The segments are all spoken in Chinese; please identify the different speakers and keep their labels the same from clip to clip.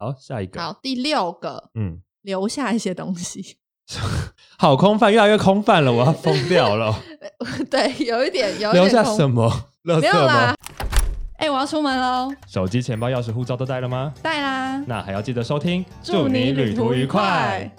Speaker 1: 好，下一个，
Speaker 2: 好，第六个，
Speaker 1: 嗯，
Speaker 2: 留下一些东西。
Speaker 1: 好空泛，越来越空泛了，我要疯掉了。
Speaker 2: 对，有一点， 有一点
Speaker 1: 留下
Speaker 2: 空
Speaker 1: 什么？垃
Speaker 2: 没有
Speaker 1: 圾
Speaker 2: 啦
Speaker 1: 吗？。
Speaker 2: 哎、我要出门喽，
Speaker 1: 手机、钱包、钥匙、护照都带了吗？
Speaker 2: 带啦！
Speaker 1: 那还要记得收听，
Speaker 2: 祝你旅途愉快。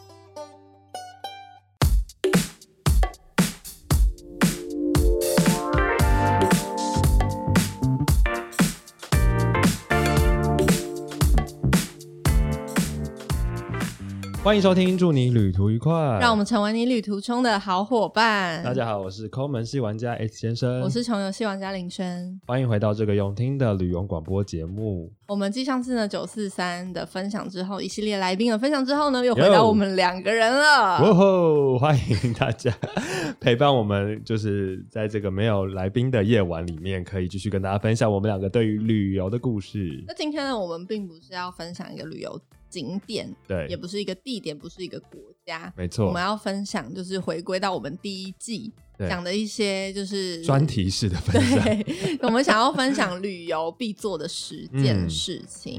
Speaker 1: 欢迎收听，祝你旅途愉快。
Speaker 2: 让我们成为你旅途中的好伙伴。
Speaker 1: 大，家好，我是抠门系玩家 X 先生，
Speaker 2: 我是穷游戏玩家林轩。
Speaker 1: 欢迎回到这个用听的旅游广播节目。
Speaker 2: 我们继上次呢九四三的分享之后，一系列来宾的分享之后呢，又回到
Speaker 1: Yo
Speaker 2: 我们两个人了。
Speaker 1: 哇哦吼！欢迎大家 陪伴我们，就是在这个没有来宾的夜晚里面，可以继续跟大家分享我们两个对于旅游的故事
Speaker 2: 那。今天呢，我们并不是要分享一个旅游景点，也
Speaker 1: 对，
Speaker 2: 不是一个地点，不是一个国家。
Speaker 1: 没
Speaker 2: 我
Speaker 1: 错
Speaker 2: 们，要分享就是回归到我们第一季
Speaker 1: 对
Speaker 2: 讲的一些就是
Speaker 1: 专题式的分享。
Speaker 2: 对，我们想要分享旅游必做的十
Speaker 1: 嗯
Speaker 2: 件事情。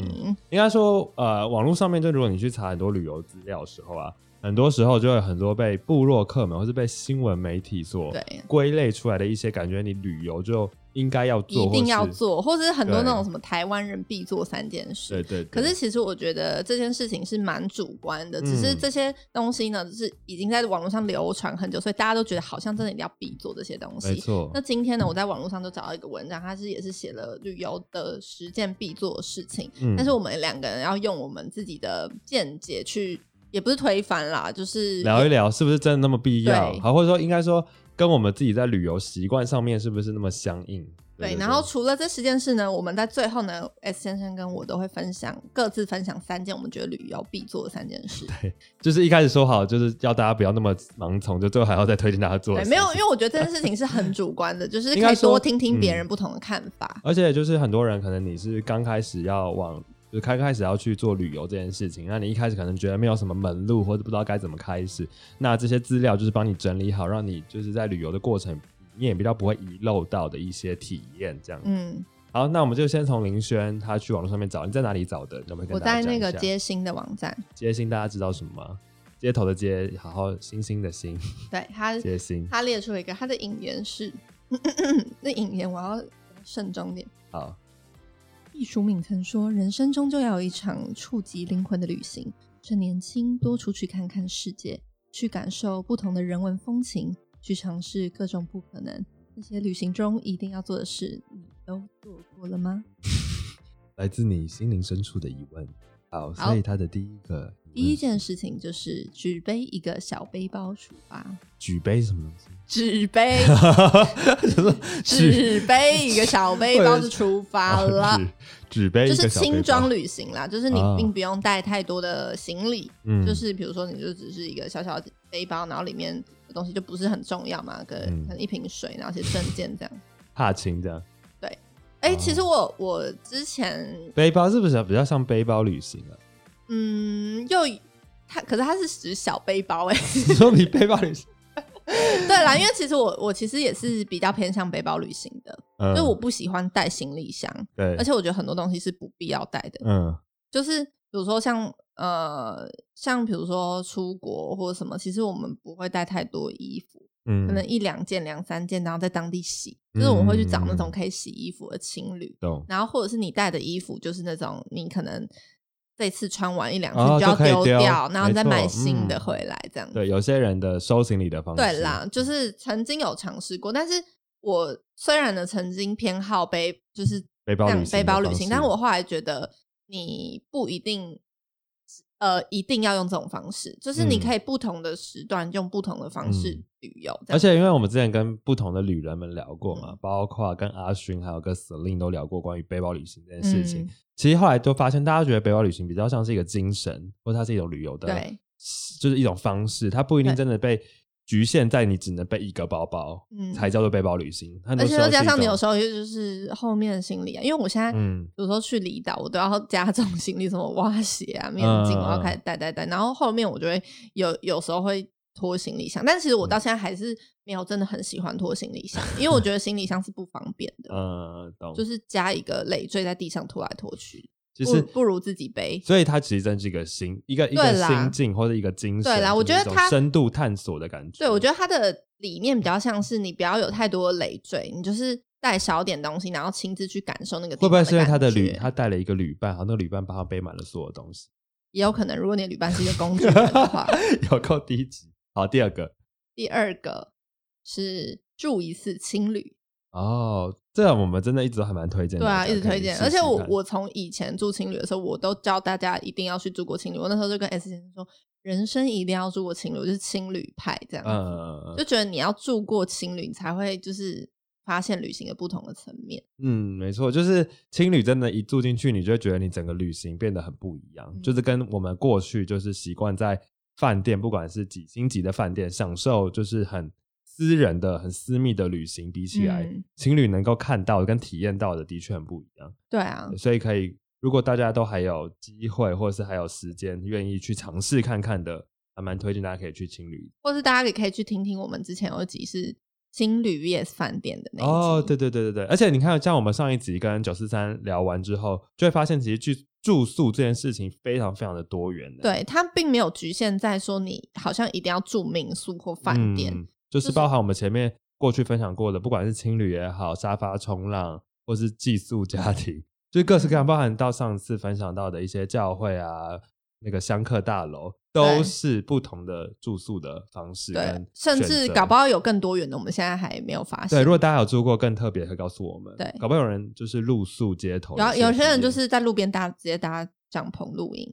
Speaker 1: 应该说，呃，网络上面就如果你去查很多旅游资料的时候啊，很多时候就会有很多被部落客们或是被新闻媒体所
Speaker 2: 对
Speaker 1: 归类出来的一些感觉，你旅游就应该要做，
Speaker 2: 一定要
Speaker 1: 或是。
Speaker 2: 做，或者是很多
Speaker 1: 对
Speaker 2: 那种什么台湾人必做三件事
Speaker 1: 对。对对。
Speaker 2: 可是其实我觉得这件事情是蛮主观的，
Speaker 1: 嗯
Speaker 2: 只是这些东西呢，就是已经在网络上流传很久，所以大家都觉得好像真的一定要必做这些东
Speaker 1: 没
Speaker 2: 西。
Speaker 1: 错嗯
Speaker 2: 那，今天呢，我在网络上就找到一个文章，它是也是写了旅游的十件必做的事情，
Speaker 1: 嗯
Speaker 2: 但是我们两个人要用我们自己的见解去，也不是推翻啦，就是
Speaker 1: 聊一聊是不是真的那么必要？
Speaker 2: 对
Speaker 1: 好，或者说应该说跟我们自己在旅游习惯上面是不是那么相应？
Speaker 2: 对，然后除了这十件事呢，我们在最后呢，S 先生跟我都会分享各自分享三件我们觉得旅游必做的三件事。
Speaker 1: 就是一开始说好，就是要大家不要那么盲从，就最后还要再推荐大家做。
Speaker 2: 对，没有，因。为我觉得这件事情是很主观的，就是
Speaker 1: 应
Speaker 2: 可
Speaker 1: 该
Speaker 2: 以
Speaker 1: 说
Speaker 2: 多听听别人
Speaker 1: 嗯
Speaker 2: 不同的看法。
Speaker 1: 而且就是很多人可能你是刚开始要往，就是开开始要去做旅游这件事情，那你一开始可能觉得没有什么门路，或者不知道该怎么开始，那这些资料就是帮你整理好，让你就是在旅游的过程，你也比较不会遗漏到的一些体验这样。
Speaker 2: 嗯，
Speaker 1: 好，那我们就先从林轩他去网络上面找，你在哪里找的？能不能跟
Speaker 2: 我
Speaker 1: 大家
Speaker 2: 在
Speaker 1: 讲
Speaker 2: 那
Speaker 1: 一
Speaker 2: 个
Speaker 1: 下
Speaker 2: 街心的网站，
Speaker 1: 街心，大家知道什么吗？街头的街，好好星星的星，
Speaker 2: 对他
Speaker 1: 街心。
Speaker 2: 他列出了一个他的引言是， 那引言我要慎重点。
Speaker 1: 好，
Speaker 2: 毕淑敏曾说：“人生终究要有一场触及灵魂的旅行。趁年轻，多出去看看世界，去感受不同的人文风情，去尝试各种不可能。那些旅行中一定要做的事，你都做过了吗
Speaker 1: 来自你心灵深处的疑问。好，
Speaker 2: 好
Speaker 1: 所以他的第一个？”
Speaker 2: 第一件
Speaker 1: 嗯
Speaker 2: 事情就是只背一个小背包出发，
Speaker 1: 举杯什么东西？
Speaker 2: 只背
Speaker 1: 什么
Speaker 2: 只背一个小背包就出 发了，
Speaker 1: 哦举举杯
Speaker 2: 就
Speaker 1: 一
Speaker 2: 是
Speaker 1: 个小
Speaker 2: 轻
Speaker 1: 啊背
Speaker 2: 装
Speaker 1: 包
Speaker 2: 旅行啦，就是你
Speaker 1: 啊
Speaker 2: 并不用带太多的行李，
Speaker 1: 嗯
Speaker 2: 就是比如说，你就只是一个小小的背包，然后里面的东西就不是很重要嘛，可
Speaker 1: 嗯
Speaker 2: 能可能一瓶水，然后一些证件这样。
Speaker 1: 踏青这样。
Speaker 2: 哎、
Speaker 1: 哦
Speaker 2: 其实我我之前
Speaker 1: 背包是不是比较像背包旅行啊？
Speaker 2: 嗯，又它可是它是指小背包哎、
Speaker 1: 你说比背包旅行，
Speaker 2: 对啦，因为其实我我其实也是比较偏向背包旅行的，
Speaker 1: 嗯，
Speaker 2: 所以我不喜欢带行李箱，
Speaker 1: 对，
Speaker 2: 而且我觉得很多东西是不必要带的，
Speaker 1: 嗯
Speaker 2: 就是比如说像呃像比如说出国或者什么，其实我们不会带太多衣服。
Speaker 1: 嗯，
Speaker 2: 可能一两件、两三件，然后在当地洗。就是我们会去找那
Speaker 1: 嗯
Speaker 2: 种可以洗衣服的情侣，
Speaker 1: 懂
Speaker 2: 然后或者是你带的衣服，就是那种你可能这次穿完一两次
Speaker 1: 哦
Speaker 2: 你就要
Speaker 1: 就可以
Speaker 2: 丢
Speaker 1: 丢
Speaker 2: 掉，然后你
Speaker 1: 没
Speaker 2: 再买
Speaker 1: 错
Speaker 2: 新的
Speaker 1: 嗯
Speaker 2: 回来，这样。
Speaker 1: 对有些人的收行李的方式。
Speaker 2: 对啦，
Speaker 1: 嗯
Speaker 2: 就是曾经有尝试过，但是我虽然呢曾经偏好背就是
Speaker 1: 背包
Speaker 2: 这样
Speaker 1: 旅行
Speaker 2: 背
Speaker 1: 的
Speaker 2: 包旅
Speaker 1: 方
Speaker 2: 行，
Speaker 1: 式
Speaker 2: 但我后来觉得你不一定呃一定要用这种方式，就是你
Speaker 1: 嗯
Speaker 2: 可以不同的时段用不同的方式
Speaker 1: 嗯
Speaker 2: 旅游，这样
Speaker 1: 而且因为我们之前跟不同的旅人们聊过嘛，
Speaker 2: 嗯
Speaker 1: 包括跟阿勋还有跟 Selin 都聊过关于背包旅行这件事情。
Speaker 2: 嗯
Speaker 1: 其实后来都发现，大家觉得背包旅行比较像是一个精神，或者它是一种旅游的，
Speaker 2: 对，
Speaker 1: 就是一种方式，它不一定
Speaker 2: 对
Speaker 1: 真的被局限在你只能背一个包包，
Speaker 2: 嗯
Speaker 1: 才叫做背包旅行。很多
Speaker 2: 而且又
Speaker 1: 时候
Speaker 2: 加
Speaker 1: 是一
Speaker 2: 上你
Speaker 1: 种
Speaker 2: 有时候就是后面的行李啊，因为我现在
Speaker 1: 嗯
Speaker 2: 有时候去离岛，我都要加重行李，什么蛙鞋啊、面
Speaker 1: 嗯
Speaker 2: 镜，
Speaker 1: 嗯
Speaker 2: 我要开
Speaker 1: 嗯
Speaker 2: 始带带带，然后后面我就会有有时候会拖行李箱，但其实我到
Speaker 1: 嗯
Speaker 2: 现在还是没有真的很喜欢拖行李箱，因为 我觉得行李箱是不方便的，
Speaker 1: 呃，懂，
Speaker 2: 就是加一个累赘在地上拖来拖去。
Speaker 1: 其
Speaker 2: 不
Speaker 1: 实
Speaker 2: 不如自己背。
Speaker 1: 所以它其实真是一个心，一个一
Speaker 2: 对
Speaker 1: 个
Speaker 2: 啦
Speaker 1: 心境或者一个精神，
Speaker 2: 对啦我
Speaker 1: 就是
Speaker 2: 觉
Speaker 1: 一
Speaker 2: 得
Speaker 1: 种
Speaker 2: 它
Speaker 1: 深度探索的感觉。
Speaker 2: 对，我觉得它的理念比较像是你不要有太多累赘，你就是带少点东西，然后亲自去感受那个地
Speaker 1: 会不会
Speaker 2: 方
Speaker 1: 是因为他的
Speaker 2: 感
Speaker 1: 旅，
Speaker 2: 觉
Speaker 1: 他带了一个旅伴，然后那个旅伴帮他背满了所有东西，
Speaker 2: 也有可能，如果你的旅伴是一个工具人的话，
Speaker 1: 有够低级。好，第二个
Speaker 2: 第二个是住一次青旅，
Speaker 1: 哦，这我们真的一直都还蛮推荐的，
Speaker 2: 对啊，
Speaker 1: 大家
Speaker 2: 一直
Speaker 1: 可以
Speaker 2: 推荐。
Speaker 1: 试
Speaker 2: 而且
Speaker 1: 试
Speaker 2: 我
Speaker 1: 看
Speaker 2: 我从以前住青旅的时候，我都教大家一定要去住过青旅。我那时候就跟 S 先生说，人生一定要住过青旅，我就是青旅派这样
Speaker 1: 嗯嗯
Speaker 2: 子，
Speaker 1: 嗯嗯
Speaker 2: 就觉得你要住过青旅，你才会就是发现旅行的不同的层面。
Speaker 1: 嗯，没错，就是青旅真的，一住进去，你就会觉得你整个旅行变得很不一样，
Speaker 2: 嗯
Speaker 1: 就是跟我们过去就是习惯在饭店，不管是几星级的饭店，享受就是很私人的、很私密的旅行比起来，
Speaker 2: 嗯
Speaker 1: 情侣能够看到跟体验到的的确很不一样，
Speaker 2: 对啊，
Speaker 1: 所以可以，如果大家都还有机会，或者是还有时间，愿意去尝试看看的，还蛮推荐大家可以去青旅。
Speaker 2: 或是大家也可以去听听我们之前有一集是青旅 VS 饭店的那一集。
Speaker 1: 哦，对对对对对，而且你看，像我们上一集跟九四三聊完之后，就会发现其实住住宿这件事情非常非常的多元的，
Speaker 2: 对，它并没有局限在说你好像一定要住民宿或饭店，
Speaker 1: 嗯就是包含我们前面过去分享过的，不管是青旅也好，沙发冲浪，或是寄宿家庭， 就是各式各样，包含到上次分享到的一些教会啊，那个香客大楼，都
Speaker 2: 对
Speaker 1: 是不同的住宿的方式
Speaker 2: 对
Speaker 1: 跟，
Speaker 2: 甚
Speaker 1: 选
Speaker 2: 至
Speaker 1: 择
Speaker 2: 搞不好有更多元的，我们现在还没有发现。
Speaker 1: 对，如果大家有住过更特别，可以告诉我们。
Speaker 2: 对
Speaker 1: 搞不好有人就是露宿街头
Speaker 2: 然
Speaker 1: 的
Speaker 2: 后
Speaker 1: 一些体验，
Speaker 2: 有些人就是在路边搭直接搭帐篷露营。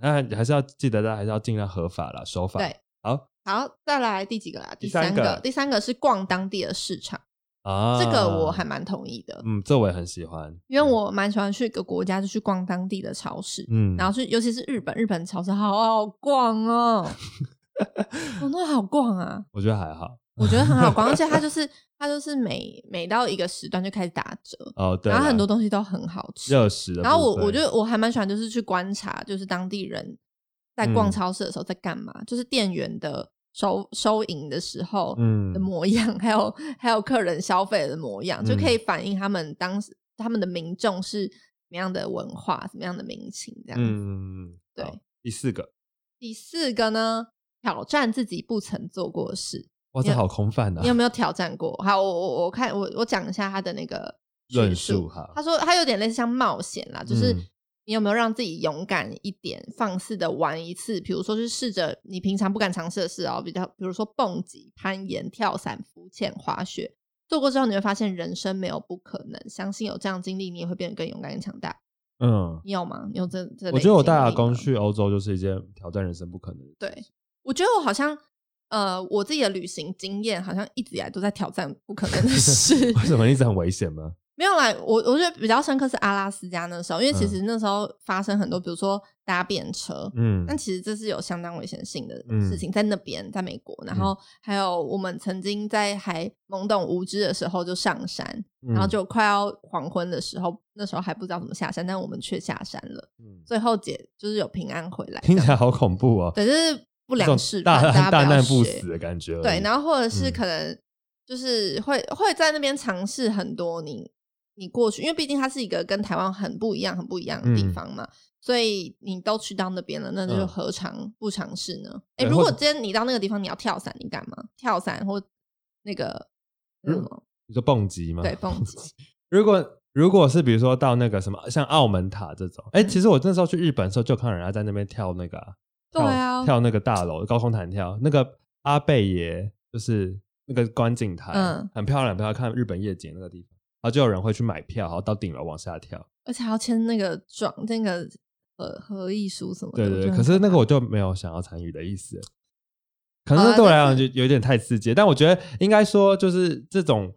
Speaker 1: 那还是要记得，大家还是要尽量合法啦，守法。
Speaker 2: 对，
Speaker 1: 好
Speaker 2: 好，再来第几个啦？
Speaker 1: 第
Speaker 2: 第
Speaker 1: 三
Speaker 2: 三
Speaker 1: 个
Speaker 2: 个，第三个是逛当地的市场，
Speaker 1: 啊，
Speaker 2: 这个我还蛮同意的，
Speaker 1: 嗯，这我也很喜欢，
Speaker 2: 因为我蛮喜欢去一个国家就去逛当地的超市，
Speaker 1: 嗯，
Speaker 2: 然后去尤其是日本，日本超市好好逛 哦，哦，那好逛啊，
Speaker 1: 我觉得还好，
Speaker 2: 我觉得很好逛，而且它就是它就是每每到一个时段就开始打折，
Speaker 1: 哦， 对啦，
Speaker 2: 然后很多东西都很好吃，
Speaker 1: 热食的部分，
Speaker 2: 然后我我觉得我还蛮喜欢，就是去观察，就是当地人在逛
Speaker 1: 嗯
Speaker 2: 超市的时候在干嘛，就是店员的收收银的时候
Speaker 1: 嗯
Speaker 2: 的，模样， 还有还有客人消费的模样，就可
Speaker 1: 嗯
Speaker 2: 以反映他们当时他们的民众是什么样的文化，什么样的民情这样。
Speaker 1: 嗯，
Speaker 2: 对
Speaker 1: 好，第四个，
Speaker 2: 第四个呢，挑战自己不曾做过的事，
Speaker 1: 哇，这好空泛啊
Speaker 2: 你有，没有挑战过？好，我我我看我我讲一下他的那个叙
Speaker 1: 论述哈，
Speaker 2: 他说他有点类似像冒险啦，就是
Speaker 1: 啊嗯
Speaker 2: 你有没有让自己勇敢一点，放肆的玩一次？比如说，去试着你平常不敢尝试的事哦，比较比如说蹦极、攀岩、跳伞、浮潜、滑雪。做过之后，你会发现人生没有不可能。相信有这样的经历，你也会变得更勇敢、更强大。
Speaker 1: 嗯，
Speaker 2: 你有吗？你有这这？
Speaker 1: 我觉得我带阿
Speaker 2: 打
Speaker 1: 公
Speaker 2: 工。
Speaker 1: 去欧洲就是一件挑战人生不可能 的，
Speaker 2: 对，我觉得我好像呃，我自己的旅行经验好像一直以来都在挑战不可能的 事。
Speaker 1: 为什么一直很危险吗？
Speaker 2: 没有啦，我我觉得比较深刻是阿拉斯加那时候，因为其
Speaker 1: 嗯
Speaker 2: 实那时候发生很多，比如说搭便车，
Speaker 1: 嗯
Speaker 2: 但其实这是有相当危险性的
Speaker 1: 嗯
Speaker 2: 事情，在那边，在美国，然后还有我们曾经在还懵懂无知的时候就上山，然后
Speaker 1: 嗯
Speaker 2: 就快要黄昏的时候，那时候还不知道怎么下山，但我们却下山了，
Speaker 1: 嗯
Speaker 2: 最后解就是有平安回来，
Speaker 1: 听起
Speaker 2: 这
Speaker 1: 来
Speaker 2: 样
Speaker 1: 好恐怖哦，
Speaker 2: 对，就是不
Speaker 1: 这种
Speaker 2: 良示
Speaker 1: 大
Speaker 2: 范，大家
Speaker 1: 大
Speaker 2: 要
Speaker 1: 难不
Speaker 2: 学
Speaker 1: 死的感觉而已，
Speaker 2: 对，然后或者是
Speaker 1: 嗯
Speaker 2: 可能就是会、会在那边尝试很多你你过去，因为毕竟它是一个跟台湾很不一样、很不一样的地
Speaker 1: 嗯
Speaker 2: 方嘛，所以你都去到那边了，那就
Speaker 1: 嗯
Speaker 2: 何尝不尝试呢？哎、
Speaker 1: 对
Speaker 2: 如
Speaker 1: 或
Speaker 2: 果
Speaker 1: 者
Speaker 2: 今天你到那个地方，你要跳伞，你敢吗？跳伞或那个那
Speaker 1: 如
Speaker 2: 什么
Speaker 1: 你说蹦极吗？
Speaker 2: 对蹦极，
Speaker 1: 如果如果是比如说到那个什么，像澳门塔这种，哎、
Speaker 2: 嗯
Speaker 1: 其实我那时候去日本的时候，就看人家在那边跳那个、啊，
Speaker 2: 对
Speaker 1: 跳
Speaker 2: 啊
Speaker 1: 跳那个大楼高空弹跳，那个阿贝爷就是那个观景台，
Speaker 2: 嗯
Speaker 1: 很漂亮，很漂亮，看日本夜景那个地方，然后就有人会去买票，然后到顶楼往下跳，
Speaker 2: 而且还要签那个状那个呃合意书什么
Speaker 1: 对
Speaker 2: 的。我
Speaker 1: 对
Speaker 2: 觉
Speaker 1: 对。
Speaker 2: 得
Speaker 1: 可
Speaker 2: 很
Speaker 1: 是那
Speaker 2: 怕
Speaker 1: 个我就没有想要参与的意思，可能
Speaker 2: 好
Speaker 1: 那
Speaker 2: 啊
Speaker 1: 对我来
Speaker 2: 但
Speaker 1: 讲就有点太刺激，但我觉得应该说就是这种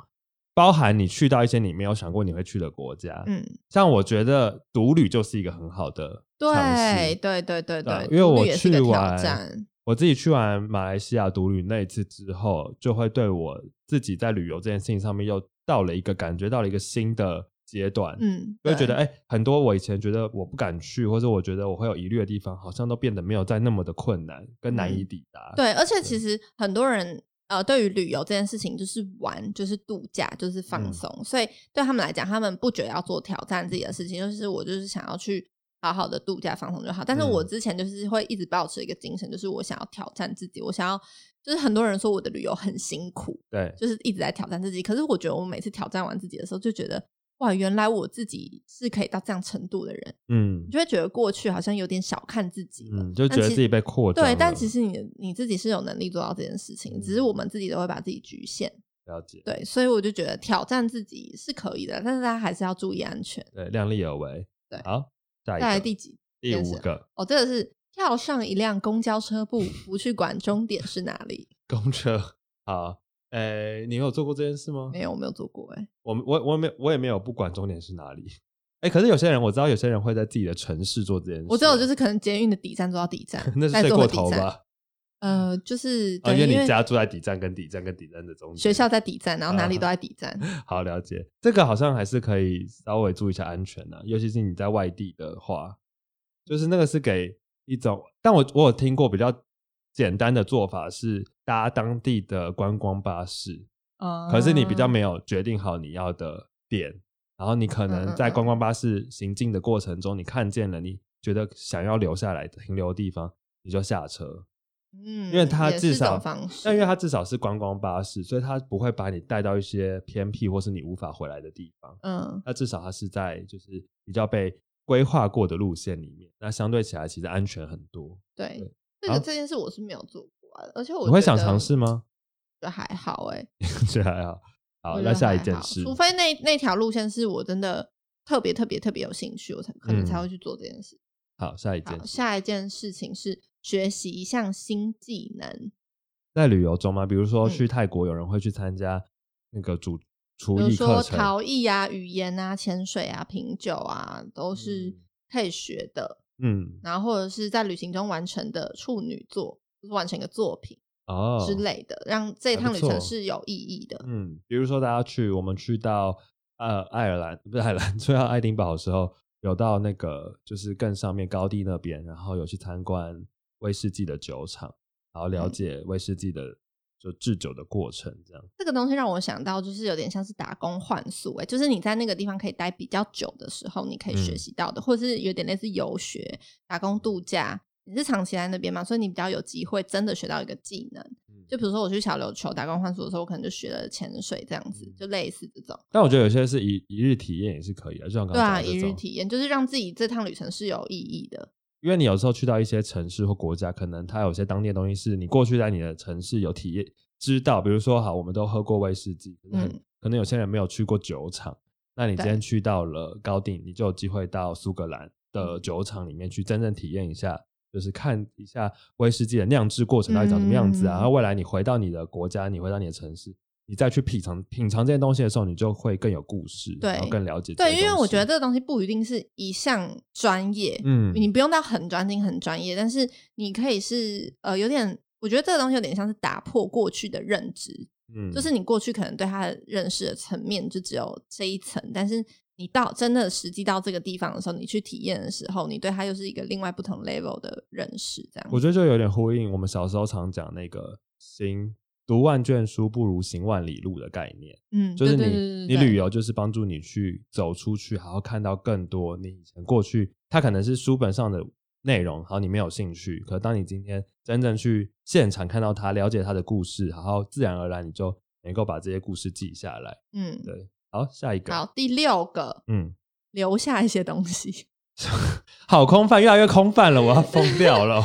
Speaker 1: 包含你去到一些你没有想过你会去的国家，
Speaker 2: 嗯，
Speaker 1: 像我觉得独旅就是一个很好的尝
Speaker 2: 对
Speaker 1: 试。
Speaker 2: 对对对
Speaker 1: 啊
Speaker 2: 对，
Speaker 1: 因为
Speaker 2: 独
Speaker 1: 我
Speaker 2: 立也是个
Speaker 1: 去
Speaker 2: 挑
Speaker 1: 完
Speaker 2: 战
Speaker 1: 我自己去完马来西亚独旅那一次之后，就会对我自己在旅游这件事情上面又到了一个感觉到了一个新的阶段，，
Speaker 2: 嗯，
Speaker 1: 就会觉
Speaker 2: 对
Speaker 1: 得哎、很多我以前觉得我不敢去，或者我觉得我会有疑虑的地方，好像都变得没有再那么的困难跟难以
Speaker 2: 嗯
Speaker 1: 抵达。
Speaker 2: 对，而且其实很多人呃，对于旅游这件事情，就是玩，就是度假，就是放
Speaker 1: 嗯
Speaker 2: 松。所以对他们来讲，他们不觉得要做挑战自己的事情，就是我就是想要去好好的度假放松就好。但是我
Speaker 1: 嗯
Speaker 2: 之前就是会一直保持一个精神，就是我想要挑战自己，我想要就是很多人说我的旅游很辛苦，
Speaker 1: 对，
Speaker 2: 就是一直在挑战自己。可是我觉得我每次挑战完自己的时候，就觉得哇，原来我自己是可以到这样程度的人，
Speaker 1: 嗯
Speaker 2: 你就会觉得过去好像有点小看自己了。
Speaker 1: 嗯，就
Speaker 2: 但
Speaker 1: 觉得
Speaker 2: 其
Speaker 1: 自己被扩张了。嗯
Speaker 2: 对，但其实你你自己是有能力做到这件事情，只是我们自己都会把自己局限。
Speaker 1: 了解，
Speaker 2: 对，所以我就觉得挑战自己是可以的，但是大家还是要注意安全。
Speaker 1: 对，量力而为。
Speaker 2: 对
Speaker 1: 好，下一
Speaker 2: 再
Speaker 1: 个
Speaker 2: 来第几？
Speaker 1: 第
Speaker 2: 件
Speaker 1: 五
Speaker 2: 事
Speaker 1: 个
Speaker 2: 哦，这个是跳上一辆公交车不不去管终点是哪 里。
Speaker 1: 公车。好，诶，你有做过这件事吗？
Speaker 2: 没有，我没有做过哎、
Speaker 1: 我们我我没有我也没有不管终点是哪里。哎、可是有些人我知道，有些人会在自己的城市做这件事。，
Speaker 2: 我只有就是可能捷运的底站做到底站
Speaker 1: 啊 那是
Speaker 2: 再
Speaker 1: 睡
Speaker 2: 坐
Speaker 1: 过
Speaker 2: 回
Speaker 1: 头
Speaker 2: 底站？
Speaker 1: 吧？
Speaker 2: 呃， 就是
Speaker 1: 啊，
Speaker 2: 对，
Speaker 1: 因为
Speaker 2: 因
Speaker 1: 你家住在底站跟底站跟底站的中间。
Speaker 2: 学校在底站，然后哪里
Speaker 1: 啊
Speaker 2: 都在底站。嗯
Speaker 1: 好了解，这个好像还是可以稍微注意一下安全啊，尤其是你在外地的话，就是那个是给一种，但我我有听过比较简单的做法是搭当地的观光巴士，
Speaker 2: 啊
Speaker 1: 可是你比较没有决定好你要的点，然后你可
Speaker 2: 嗯嗯
Speaker 1: 能
Speaker 2: 嗯
Speaker 1: 在观光巴士行进的过程中，你看见了你觉得想要留下来停留的地方，你就下车，
Speaker 2: 嗯，
Speaker 1: 因为它
Speaker 2: 也
Speaker 1: 至
Speaker 2: 是种
Speaker 1: 少
Speaker 2: 方式，
Speaker 1: 但因为它至少是观光巴士，所以它不会把你带到一些偏僻或是你无法回来的地方。
Speaker 2: 嗯
Speaker 1: 那至少它是在就是比较被规划过的路线里面，那相对起来其实安全很多。
Speaker 2: 对
Speaker 1: 对，
Speaker 2: 这个
Speaker 1: 好
Speaker 2: 这件事我是没有做过啊，而且我
Speaker 1: 你会
Speaker 2: 觉
Speaker 1: 想
Speaker 2: 得
Speaker 1: 尝试？吗？
Speaker 2: 觉得还好哎、
Speaker 1: 这还好。好，
Speaker 2: 我觉
Speaker 1: 那
Speaker 2: 得
Speaker 1: 下一
Speaker 2: 还
Speaker 1: 件
Speaker 2: 好
Speaker 1: 事，
Speaker 2: 除非那那条路线是我真的特别特别特别有兴趣，我才可能才
Speaker 1: 嗯
Speaker 2: 会去做这件事。
Speaker 1: 好，下一件
Speaker 2: 好，
Speaker 1: 事
Speaker 2: 下一件事情是学习一项新技能，
Speaker 1: 在旅游中吗？比如说
Speaker 2: 嗯
Speaker 1: 去泰国，有人会去参加那个主厨
Speaker 2: 比如
Speaker 1: 艺课
Speaker 2: 说
Speaker 1: 程，
Speaker 2: 陶艺啊、语言啊、潜水啊、品酒啊，都是
Speaker 1: 嗯
Speaker 2: 可以学的。
Speaker 1: 嗯，
Speaker 2: 然后或者是在旅行中完成的处女作，就是完成一个作品
Speaker 1: 哦
Speaker 2: 之类的，让这一
Speaker 1: 还不
Speaker 2: 趟旅程
Speaker 1: 错
Speaker 2: 是有意义的。
Speaker 1: 嗯，比如说大家去，我们去到呃爱尔兰，不是爱尔兰， 去到爱丁堡的时候，有到那个就是更上面高地那边，然后有去参观威士忌的酒厂，然后了
Speaker 2: 嗯
Speaker 1: 解威士忌的就制酒的过程，这样。
Speaker 2: 这个东西让我想到，就是有点像是打工换宿、欸，就是你在那个地方可以待比较久的时候，你可以学
Speaker 1: 嗯
Speaker 2: 习到的，或者是有点类似游学、打工度假。你是长期在那边嘛，所以你比较有机会真的学到一个技能。
Speaker 1: 嗯
Speaker 2: 就比如说我去小琉球打工换宿的时候，我可能就学了潜水这样子，
Speaker 1: 嗯
Speaker 2: 就类似这种。
Speaker 1: 但我觉得有些是一一日体验也是可以的，就像刚
Speaker 2: 对啊，
Speaker 1: 刚讲
Speaker 2: 一
Speaker 1: 的这
Speaker 2: 日
Speaker 1: 种，
Speaker 2: 体验就是让自己这趟旅程是有意义的。
Speaker 1: 因为你有时候去到一些城市或国家，可能它有些当地的东西是你过去在你的城市有体验知道，比如说好，我们都喝过威士忌，可是很、
Speaker 2: 嗯
Speaker 1: 可能有些人没有去过酒厂，那你今天去到了高定，你就有机会到苏格兰
Speaker 2: 嗯
Speaker 1: 的酒厂里面去真正体验一下。就是看一下威士忌的酿制过程到底长什么样子啊，
Speaker 2: 嗯
Speaker 1: 然后未来你回到你的国家，你回到你的城市，你再去品尝品尝这些东西的时候，你就会更有故事，
Speaker 2: 对
Speaker 1: 然后更了解这些
Speaker 2: 对，
Speaker 1: 东西。
Speaker 2: 因为我觉得这个东西不一定是一项专业，
Speaker 1: 嗯
Speaker 2: 你不用到很专精、很专业，但是你可以是呃，有点，我觉得这个东西有点像是打破过去的认知，
Speaker 1: 嗯
Speaker 2: 就是你过去可能对它的认识的层面就只有这一层，但是你到真的实际到这个地方的时候，你去体验的时候，你对它又是一个另外不同 level 的认识，这样
Speaker 1: 我觉得就有点呼应我们小时候常讲那个“行读万卷书不如行万里路”的概念，
Speaker 2: 嗯，
Speaker 1: 就是你
Speaker 2: 对对对对
Speaker 1: 你
Speaker 2: 对
Speaker 1: 旅游就是帮助你去走出去，然后看到更多你以前过去它可能是书本上的内容，然后你没有兴趣，可当你今天真正去现场看到它，了解它的故事，然后自然而然你就能够把这些故事记下来。
Speaker 2: 嗯，
Speaker 1: 对，好，下一个，
Speaker 2: 好，第六个
Speaker 1: 嗯，
Speaker 2: 留下一些东西，
Speaker 1: 好空泛，越来越空泛了，我要疯掉了，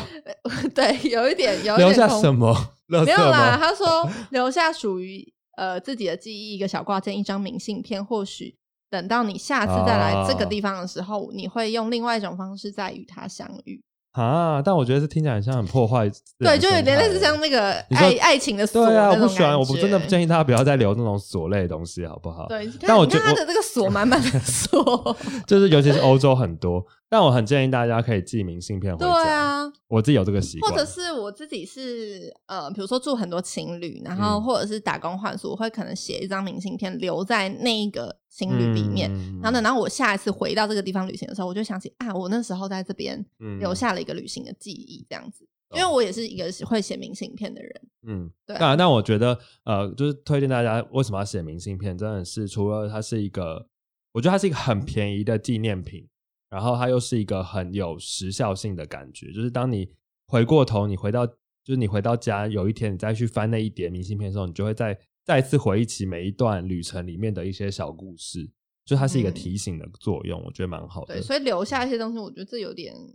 Speaker 2: 对，有一点 有一点
Speaker 1: 留下
Speaker 2: 空
Speaker 1: 什么？垃圾
Speaker 2: 没有啦，
Speaker 1: 哦吗
Speaker 2: 他说留下属于呃自己的记忆，一个小挂件，一张明信片，或许等到你下次再来
Speaker 1: 哦
Speaker 2: 这个地方的时候，你会用另外一种方式再与他相遇。
Speaker 1: 啊，但我觉得是听起来很像很破坏自
Speaker 2: 对，
Speaker 1: 然
Speaker 2: 就有
Speaker 1: 生
Speaker 2: 点类
Speaker 1: 态
Speaker 2: 似
Speaker 1: 欸
Speaker 2: 像那个
Speaker 1: 你说
Speaker 2: 爱爱情的锁
Speaker 1: 对啊，
Speaker 2: 那
Speaker 1: 我
Speaker 2: 种
Speaker 1: 不喜欢，我不
Speaker 2: 感
Speaker 1: 真的
Speaker 2: 觉
Speaker 1: 建议大家不要再留那种锁类的东西，好不好？，
Speaker 2: 对，你
Speaker 1: 但
Speaker 2: 看
Speaker 1: 我
Speaker 2: 你看
Speaker 1: 觉
Speaker 2: 他
Speaker 1: 我
Speaker 2: 的这个锁满满 的锁，
Speaker 1: 就是尤其是欧洲很多，但我很建议大家可以寄明信片回
Speaker 2: 对
Speaker 1: 家。，
Speaker 2: 啊，
Speaker 1: 我自己有这个习惯，
Speaker 2: 或者是我自己是呃，比如说住很多情侣，然后
Speaker 1: 嗯
Speaker 2: 或者是打工换宿，我会可能写一张明信片留在那一个情侣里面，
Speaker 1: 嗯
Speaker 2: 然后等到我下一次回到这个地方旅行的时候，我就想起啊，我那时候在这边
Speaker 1: 嗯
Speaker 2: 留下了一个旅行的记忆，这样子。因为
Speaker 1: 懂
Speaker 2: 我也是一个会写明信片的人，
Speaker 1: 嗯，
Speaker 2: 对啊
Speaker 1: 当然，但我觉得呃，就是推荐大家为什么要写明信片，真的是除了它是一个，我觉得它是一个很便宜的纪念品，然后它又是一个很有时效性的感觉，就是当你回过头，你回到就是你回到家，有一天你再去翻那一叠明信片的时候，你就会再再次回忆起每一段旅程里面的一些小故事，就它是一个
Speaker 2: 嗯
Speaker 1: 提醒的作用，我觉得蛮好的
Speaker 2: 对，。所以留下一些东西，我觉得这有点
Speaker 1: 嗯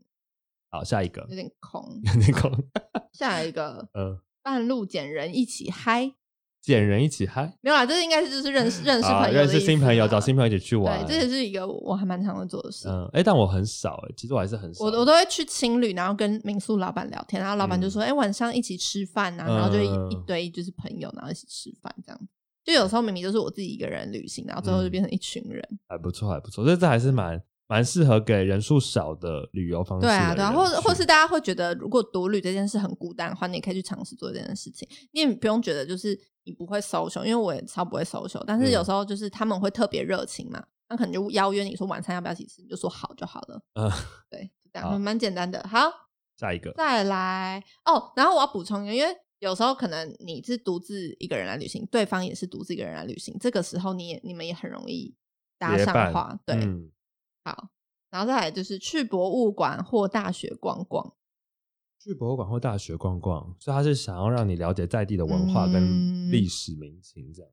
Speaker 1: 好，下一个
Speaker 2: 有，点空。
Speaker 1: 那个，
Speaker 2: 下一个，
Speaker 1: 嗯，
Speaker 2: 半路捡人一起嗨，
Speaker 1: 捡人一起嗨，
Speaker 2: 没有啦，这应该是就是认识认识朋
Speaker 1: 啊，
Speaker 2: 友、
Speaker 1: 认识新朋友，找新
Speaker 2: 友。
Speaker 1: 朋友一起去玩，
Speaker 2: 对，这也是一个我还蛮常会做的事。
Speaker 1: 嗯，哎、但我很少、欸，其实我还是很少。
Speaker 2: 我我都会去青旅，然后跟民宿老板聊天，然后老板就说：“哎、晚上一起吃饭啊。”然后就一、
Speaker 1: 嗯
Speaker 2: 一堆就是朋友，然后一起吃饭这样。就有时候明明就是我自己一个人旅行，然后最后就
Speaker 1: 嗯
Speaker 2: 变成一群人。
Speaker 1: 还不错，还不错，这这还是蛮蛮适合给人数少的旅游方式
Speaker 2: 对
Speaker 1: 的
Speaker 2: 啊，
Speaker 1: 人
Speaker 2: 对啊，或者
Speaker 1: 去
Speaker 2: 或是大家会觉得，如果独旅这件事很孤单的话，你也可以去尝试做这件事情。你也不用觉得就是你不会 social，因为我也超不会 social，但是有
Speaker 1: 嗯
Speaker 2: 时候就是他们会特别热情嘛，那可能就邀约你说晚餐要不要一起吃，你就说好就好了。
Speaker 1: 嗯，
Speaker 2: 对，就这
Speaker 1: 好
Speaker 2: 样蛮简单的。好，
Speaker 1: 下一个，
Speaker 2: 再来哦，然后我要补充一个，因为有时候可能你是独自一个人来旅行，对方也是独自一个人来旅行，这个时候你也你们也很容易搭
Speaker 1: 结
Speaker 2: 上
Speaker 1: 伴
Speaker 2: 话，对，
Speaker 1: 嗯，
Speaker 2: 好，然后再来就是去博物馆或大学逛逛，
Speaker 1: 去博物馆或大学逛逛，所以他是想要让你了解在地的文化跟
Speaker 2: 嗯
Speaker 1: 历史民情这样。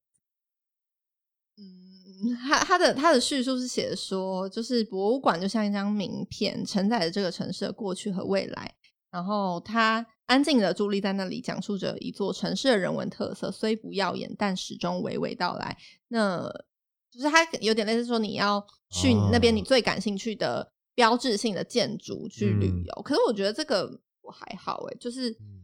Speaker 2: 嗯，他他的他的叙述是写说，就是博物馆就像一张名片，承载着这个城市的过去和未来。然后它安静的伫立在那里，讲述着一座城市的人文特色，虽不耀眼，但始终娓娓道来。那就是它有点类似说，你要去
Speaker 1: 哦
Speaker 2: 那边你最感兴趣的标志性的建筑去旅游。可是我觉得这个我还好哎、就是
Speaker 1: 嗯